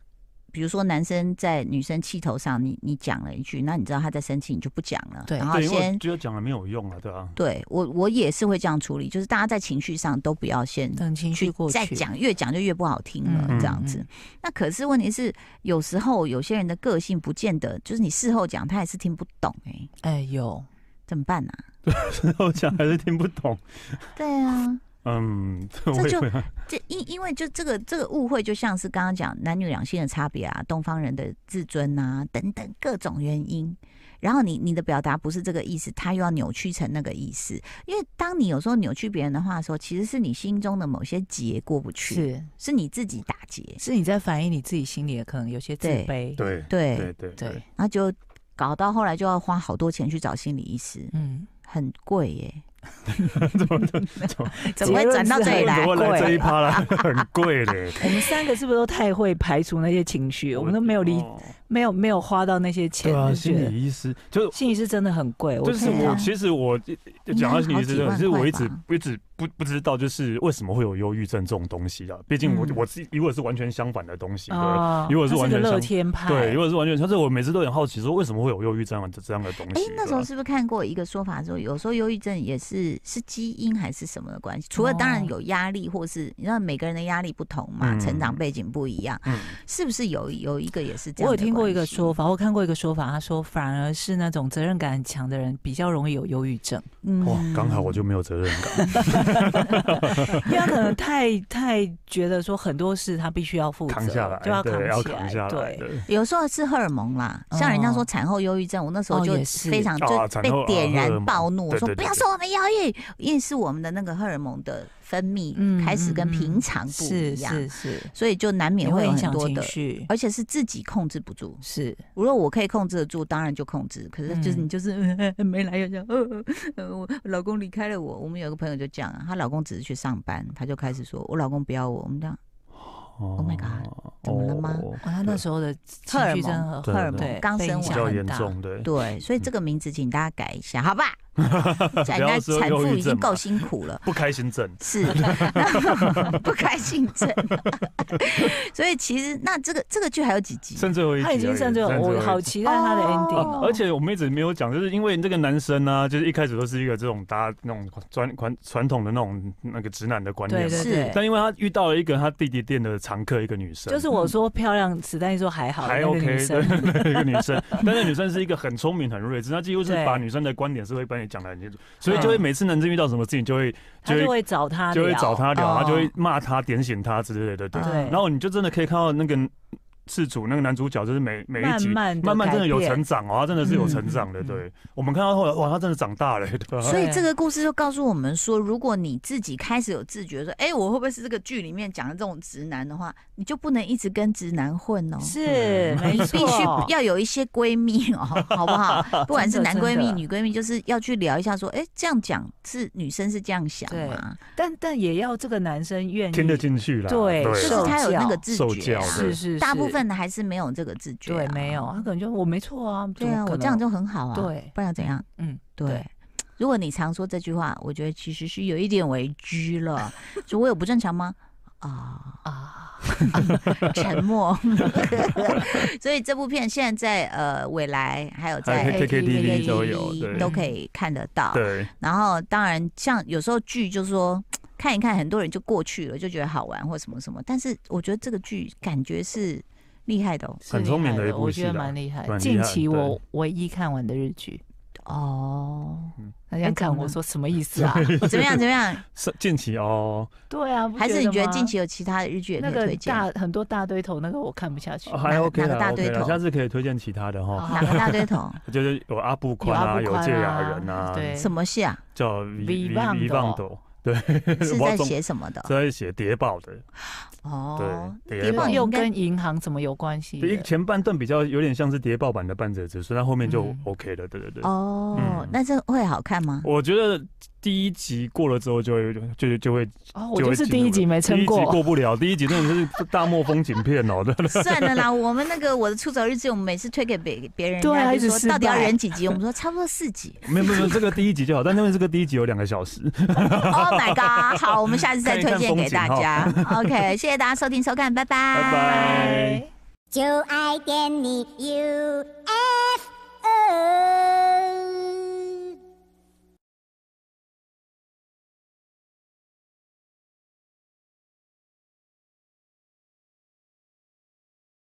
[SPEAKER 1] 比如说男生在女生气头上，你你讲了一句，那你知道他在生气，你就不讲了，
[SPEAKER 2] 对
[SPEAKER 1] 然后
[SPEAKER 3] 对，因为
[SPEAKER 1] 先。
[SPEAKER 3] 觉得讲了没有用啊，对啊。
[SPEAKER 1] 对我，我也是会这样处理，就是大家在情绪上都不要先
[SPEAKER 2] 等情绪
[SPEAKER 1] 去
[SPEAKER 2] 过去，
[SPEAKER 1] 再讲，越讲就越不好听了，
[SPEAKER 2] 嗯
[SPEAKER 1] 这样子
[SPEAKER 2] 嗯。
[SPEAKER 1] 那可是问题是，有时候有些人的个性不见得，就是你事后讲，他也是听不懂，哎，
[SPEAKER 2] 哎呦，
[SPEAKER 1] 怎么办啊呢？
[SPEAKER 3] 之后讲还是听不懂，
[SPEAKER 1] 对啊，
[SPEAKER 3] 嗯，
[SPEAKER 1] 这
[SPEAKER 3] 我也
[SPEAKER 1] 就
[SPEAKER 3] 会
[SPEAKER 1] 这因因为就这个这个误会，就像是刚刚讲男女两性的差别啊，东方人的自尊啊等等各种原因。然后你你的表达不是这个意思，他又要扭曲成那个意思。因为当你有时候扭曲别人的话的时候，其实是你心中的某些结过不去，
[SPEAKER 2] 是
[SPEAKER 1] 是你自己打结。
[SPEAKER 2] 是你在反映你自己心里的可能有些自
[SPEAKER 1] 对
[SPEAKER 2] 卑，
[SPEAKER 3] 对
[SPEAKER 1] 对，
[SPEAKER 3] 对对对
[SPEAKER 2] 对。
[SPEAKER 1] 那就搞到后来就要花好多钱去找心理医师，
[SPEAKER 2] 嗯，
[SPEAKER 1] 很贵耶、
[SPEAKER 3] 怎么怎么
[SPEAKER 1] 怎么会转到这里来
[SPEAKER 3] 怎？么来这
[SPEAKER 2] 贵
[SPEAKER 3] 一 趴了？很贵嘞，
[SPEAKER 2] 我们三个是不是都太会排除那些情绪？我们都没有理，
[SPEAKER 3] 哦
[SPEAKER 2] 没有没有花到那些钱，
[SPEAKER 3] 对啊，
[SPEAKER 2] 就觉
[SPEAKER 3] 心
[SPEAKER 2] 得
[SPEAKER 3] 理医师就是
[SPEAKER 2] 心理是真的很贵，我
[SPEAKER 3] 就是
[SPEAKER 2] 知道
[SPEAKER 3] 我，其实我一一
[SPEAKER 1] 应该
[SPEAKER 3] 讲到心理医
[SPEAKER 1] 好
[SPEAKER 3] 师
[SPEAKER 1] 几
[SPEAKER 3] 这个，
[SPEAKER 1] 万
[SPEAKER 3] 其实我
[SPEAKER 1] 块
[SPEAKER 3] 一直
[SPEAKER 1] 吧
[SPEAKER 3] 一直不不知道，就是为什么会有忧郁症这种东西啊？毕竟我
[SPEAKER 1] 嗯哦
[SPEAKER 3] 我自己以我是完全相反的东西，对
[SPEAKER 2] 啊，
[SPEAKER 3] 因为我是
[SPEAKER 2] 他
[SPEAKER 3] 完
[SPEAKER 2] 个
[SPEAKER 3] 全
[SPEAKER 2] 乐
[SPEAKER 3] 相
[SPEAKER 2] 天派，
[SPEAKER 3] 对，因为我是完全，但是我每次都很好奇，说为什么会有忧郁症这样的东
[SPEAKER 1] 哎
[SPEAKER 3] 西？，
[SPEAKER 1] 那时候
[SPEAKER 3] 对吧
[SPEAKER 1] 是不是看过一个说法说，有时候忧郁症也是是基因还是什么的关系？除了当然
[SPEAKER 2] 哦
[SPEAKER 1] 有压力，或是你知道每个人的压力不同嘛，
[SPEAKER 3] 嗯
[SPEAKER 1] 成长背景不一样，
[SPEAKER 3] 嗯，
[SPEAKER 1] 是不是有有一个也是这
[SPEAKER 2] 我
[SPEAKER 1] 样？
[SPEAKER 2] 有听过一个说，法，我看过一个说法，他说反而是那种责任感很强的人比较容易有忧郁 症，
[SPEAKER 1] 嗯
[SPEAKER 3] 哇，刚好我就没有责任感，
[SPEAKER 2] 因为他可能太太觉得说很多事他必须要负责，
[SPEAKER 3] 扛下来，
[SPEAKER 2] 就要
[SPEAKER 3] 对，要
[SPEAKER 2] 扛
[SPEAKER 3] 扛下来，
[SPEAKER 2] 对。
[SPEAKER 3] 对，
[SPEAKER 1] 有时候是荷尔蒙啦，像人家说
[SPEAKER 2] 哦
[SPEAKER 1] 产后忧郁症，我那时候
[SPEAKER 2] 哦
[SPEAKER 1] 就
[SPEAKER 2] 也是
[SPEAKER 1] 非常就
[SPEAKER 3] 啊
[SPEAKER 1] 被
[SPEAKER 3] 产后啊
[SPEAKER 1] 点
[SPEAKER 3] 荷尔
[SPEAKER 1] 燃
[SPEAKER 3] 蒙
[SPEAKER 1] 暴怒，我
[SPEAKER 3] 对
[SPEAKER 1] 说
[SPEAKER 3] 对
[SPEAKER 1] 不
[SPEAKER 3] 对
[SPEAKER 1] 要
[SPEAKER 3] 对
[SPEAKER 1] 说我们忧郁，因为是我们的那个荷尔蒙的分泌
[SPEAKER 2] 嗯
[SPEAKER 1] 开始跟
[SPEAKER 2] 嗯嗯
[SPEAKER 1] 平常不
[SPEAKER 2] 是
[SPEAKER 1] 一样，
[SPEAKER 2] 是是，
[SPEAKER 1] 所以就难免
[SPEAKER 2] 也
[SPEAKER 1] 会
[SPEAKER 2] 会
[SPEAKER 1] 有
[SPEAKER 2] 影
[SPEAKER 1] 很
[SPEAKER 2] 响
[SPEAKER 1] 多
[SPEAKER 2] 情
[SPEAKER 1] 的。
[SPEAKER 2] 绪，
[SPEAKER 1] 而且是自己控制不住，
[SPEAKER 2] 是
[SPEAKER 1] 如果我可以控制得住，当然就控制。可是就是
[SPEAKER 2] 嗯
[SPEAKER 1] 你就是、 呃没来由讲，呃呃，我老公离开了我。我们有个朋友就讲啊，她老公只是去上班，她就开始说我老公不要我。我们这样
[SPEAKER 3] Oh
[SPEAKER 1] my god，怎么了吗
[SPEAKER 3] 哦
[SPEAKER 2] 哇，他那时候的
[SPEAKER 1] 荷
[SPEAKER 2] 情
[SPEAKER 1] 尔
[SPEAKER 2] 绪真
[SPEAKER 1] 蒙
[SPEAKER 2] 的很
[SPEAKER 3] 对
[SPEAKER 1] 荷尔
[SPEAKER 2] 对
[SPEAKER 1] 蒙刚
[SPEAKER 2] 被
[SPEAKER 1] 生
[SPEAKER 2] 影
[SPEAKER 3] 比
[SPEAKER 2] 响
[SPEAKER 3] 较
[SPEAKER 1] 完，
[SPEAKER 2] 很
[SPEAKER 3] 严
[SPEAKER 2] 大
[SPEAKER 3] 重，对，
[SPEAKER 1] 对，所以这个名字请大家改一下，好 吧？
[SPEAKER 3] 不
[SPEAKER 1] 人家
[SPEAKER 3] 要说
[SPEAKER 1] 产妇
[SPEAKER 3] 忧
[SPEAKER 1] 已
[SPEAKER 3] 郁
[SPEAKER 1] 经
[SPEAKER 3] 症
[SPEAKER 1] 够
[SPEAKER 3] 嘛，
[SPEAKER 1] 辛苦 了。
[SPEAKER 3] 不开心症，
[SPEAKER 1] 是 那不开心症， 所以其实那这个这个剧还有几集？
[SPEAKER 3] 剩最后一集而
[SPEAKER 2] 他
[SPEAKER 3] 已，
[SPEAKER 2] 已经甚至
[SPEAKER 3] 剩最后
[SPEAKER 2] 我
[SPEAKER 3] 一
[SPEAKER 2] 好
[SPEAKER 3] 集
[SPEAKER 2] 期待他的
[SPEAKER 1] 哦
[SPEAKER 2] ending
[SPEAKER 3] 啊
[SPEAKER 2] 哦，
[SPEAKER 3] 而且我们一直没有讲，就是因为这个男生呢、就是一开始都是一个这种大家那种传传传统的那种那个直男的观念
[SPEAKER 2] 对
[SPEAKER 3] 嘛。
[SPEAKER 2] 对
[SPEAKER 1] 是
[SPEAKER 2] 对，
[SPEAKER 3] 但因为他遇到了一个他弟弟店的常客，一个女生，
[SPEAKER 2] 就是我说漂亮，子弹说还好，
[SPEAKER 3] 还 OK，
[SPEAKER 2] 女
[SPEAKER 3] 对
[SPEAKER 2] 生，
[SPEAKER 3] 对 对，一个女生，但是女生是一个很聪明、很睿智，她几乎是
[SPEAKER 2] 对嗯
[SPEAKER 3] 把女生的观点是会帮你讲的很清楚，所以就会每次男生遇到什么事情就会
[SPEAKER 2] 他
[SPEAKER 3] 就
[SPEAKER 2] 就
[SPEAKER 3] 会
[SPEAKER 2] 会找他，
[SPEAKER 3] 就会找他聊，
[SPEAKER 1] 哦
[SPEAKER 3] 他就会骂他、点醒他之类的，对。
[SPEAKER 2] 对
[SPEAKER 3] 然后你就真的可以看到那个事主那个男主角，就是每每一
[SPEAKER 2] 慢
[SPEAKER 3] 集
[SPEAKER 2] 慢地
[SPEAKER 3] 慢慢真的有
[SPEAKER 2] 改变
[SPEAKER 3] 成长哦，他真的是有成长的。
[SPEAKER 2] 嗯嗯嗯
[SPEAKER 3] 对我们看到后来，哇，他真的长大了， 对吧？
[SPEAKER 1] 所以
[SPEAKER 2] 对
[SPEAKER 1] 这个故事就告诉我们说，如果你自己开始有自觉说，哎、我会不会是这个剧里面讲的这种直男的话，你就不能一直跟直男混哦。
[SPEAKER 2] 是没
[SPEAKER 1] 你
[SPEAKER 2] 错，
[SPEAKER 1] 必须要有一些闺蜜哦，好不 好？不管是男闺蜜、
[SPEAKER 2] 真的
[SPEAKER 1] 女闺蜜，就是要去聊一下，说，哎、这样讲是女生是这样想吗？
[SPEAKER 2] 但但也要这个男生愿意，
[SPEAKER 3] 听得进去啦，
[SPEAKER 2] 对
[SPEAKER 1] 就
[SPEAKER 2] 对
[SPEAKER 1] 是他有那个自
[SPEAKER 3] 受
[SPEAKER 1] 觉、
[SPEAKER 3] 教
[SPEAKER 1] 啊，
[SPEAKER 2] 是是是，
[SPEAKER 1] 大部分的还是没有这个自觉、啊
[SPEAKER 2] 对没有，他可能就我没错啊，
[SPEAKER 1] 对
[SPEAKER 2] 怎么
[SPEAKER 1] 啊，
[SPEAKER 2] 可
[SPEAKER 1] 我
[SPEAKER 2] 能
[SPEAKER 1] 这样就很好啊，，
[SPEAKER 2] 对，
[SPEAKER 1] 不然怎样？
[SPEAKER 2] 嗯，
[SPEAKER 1] 对
[SPEAKER 2] 对。
[SPEAKER 1] 如果你常说这句话，我觉得其实是有一点为居了。就我有不正常吗？啊、
[SPEAKER 2] 啊，
[SPEAKER 1] 沉默。 所以这部片现在在呃未来还有在
[SPEAKER 3] 还有 KKTV 都有
[SPEAKER 1] KKTV
[SPEAKER 3] 对
[SPEAKER 1] 都可以看得到。
[SPEAKER 3] 对
[SPEAKER 1] 然后当然像有时候剧就说看一看，很多人就过去了，就觉得好玩或什么什么。但是我觉得这个剧感觉是厉害的哦。
[SPEAKER 2] 是
[SPEAKER 3] 很
[SPEAKER 2] 厉
[SPEAKER 3] 聪明
[SPEAKER 2] 害
[SPEAKER 3] 的一部
[SPEAKER 2] 我
[SPEAKER 3] 戏
[SPEAKER 2] 觉得
[SPEAKER 3] 啦
[SPEAKER 2] 蛮厉害。
[SPEAKER 3] 蛮厉
[SPEAKER 2] 近
[SPEAKER 3] 害
[SPEAKER 2] 期
[SPEAKER 3] 对
[SPEAKER 2] 我唯一看完的日剧，
[SPEAKER 1] 哦，
[SPEAKER 2] 大家
[SPEAKER 1] 哎怎
[SPEAKER 2] 看
[SPEAKER 1] 么
[SPEAKER 2] 我
[SPEAKER 1] 了
[SPEAKER 2] 说什么意思 啊？
[SPEAKER 1] 哦怎么样？怎么样？
[SPEAKER 3] 是近期哦，
[SPEAKER 2] 对啊，不
[SPEAKER 1] 还是你觉得
[SPEAKER 2] 吗
[SPEAKER 1] 近期有其他的日剧也可
[SPEAKER 2] 那
[SPEAKER 1] 以
[SPEAKER 2] 个
[SPEAKER 1] 推荐？
[SPEAKER 2] 大很多大堆头那个我看不下去
[SPEAKER 3] 哦，还 OK
[SPEAKER 1] 哪个
[SPEAKER 3] 啦
[SPEAKER 1] 大
[SPEAKER 3] ，OK
[SPEAKER 1] 对
[SPEAKER 3] 啦，
[SPEAKER 1] 头哦
[SPEAKER 3] 下次可以推荐其他的哈，
[SPEAKER 1] 哪个大对 头？
[SPEAKER 3] 就是有阿布宽啊，
[SPEAKER 2] 有
[SPEAKER 3] 有
[SPEAKER 2] 阿布宽啊
[SPEAKER 3] 芥雅人啊，
[SPEAKER 2] 对
[SPEAKER 1] 什么戏 啊？
[SPEAKER 3] 叫
[SPEAKER 2] V-
[SPEAKER 3] V
[SPEAKER 2] Vivando
[SPEAKER 3] V 棒斗，对，
[SPEAKER 1] 是
[SPEAKER 3] 我
[SPEAKER 1] 在
[SPEAKER 3] 总
[SPEAKER 1] 写什 么的？
[SPEAKER 3] 在写谍报的，
[SPEAKER 1] 哦，
[SPEAKER 3] 对
[SPEAKER 1] 谍报
[SPEAKER 2] 又
[SPEAKER 1] 应该
[SPEAKER 2] 跟银行怎么有关系的？
[SPEAKER 3] 第一前半段比较有点像是谍报版的半泽直树，但后面就
[SPEAKER 2] 嗯
[SPEAKER 3] OK 了，对对对。
[SPEAKER 1] 哦
[SPEAKER 3] 嗯，
[SPEAKER 1] 那这会好看 吗？
[SPEAKER 3] 我觉得第一集过了之后就会就就会
[SPEAKER 2] 哦，我
[SPEAKER 3] 就
[SPEAKER 2] 就
[SPEAKER 3] 会
[SPEAKER 2] 是
[SPEAKER 3] 进
[SPEAKER 2] 第
[SPEAKER 3] 入
[SPEAKER 2] 一
[SPEAKER 3] 了
[SPEAKER 2] 集没
[SPEAKER 3] 第
[SPEAKER 2] 撑
[SPEAKER 3] 一集
[SPEAKER 2] 过。
[SPEAKER 3] 过不了，第一集真的是大漠风景片哦，对对
[SPEAKER 1] 算了啦，我们那个我的出走日记，我们每次推给别别人，
[SPEAKER 2] 对
[SPEAKER 1] 人
[SPEAKER 2] 啊
[SPEAKER 1] 家
[SPEAKER 2] 一直
[SPEAKER 1] 就说
[SPEAKER 2] 失
[SPEAKER 1] 到底要
[SPEAKER 2] 败
[SPEAKER 1] 忍几集？我 们说差不多四集。
[SPEAKER 3] 没有没有没有，这个第一集就好，但因为这个第一集有两个小时，
[SPEAKER 1] Oh my god！好，我们下次再推荐给大家。OK，谢谢大家收听收看，拜拜。
[SPEAKER 3] 拜拜。
[SPEAKER 4] 就爱点你 UFO。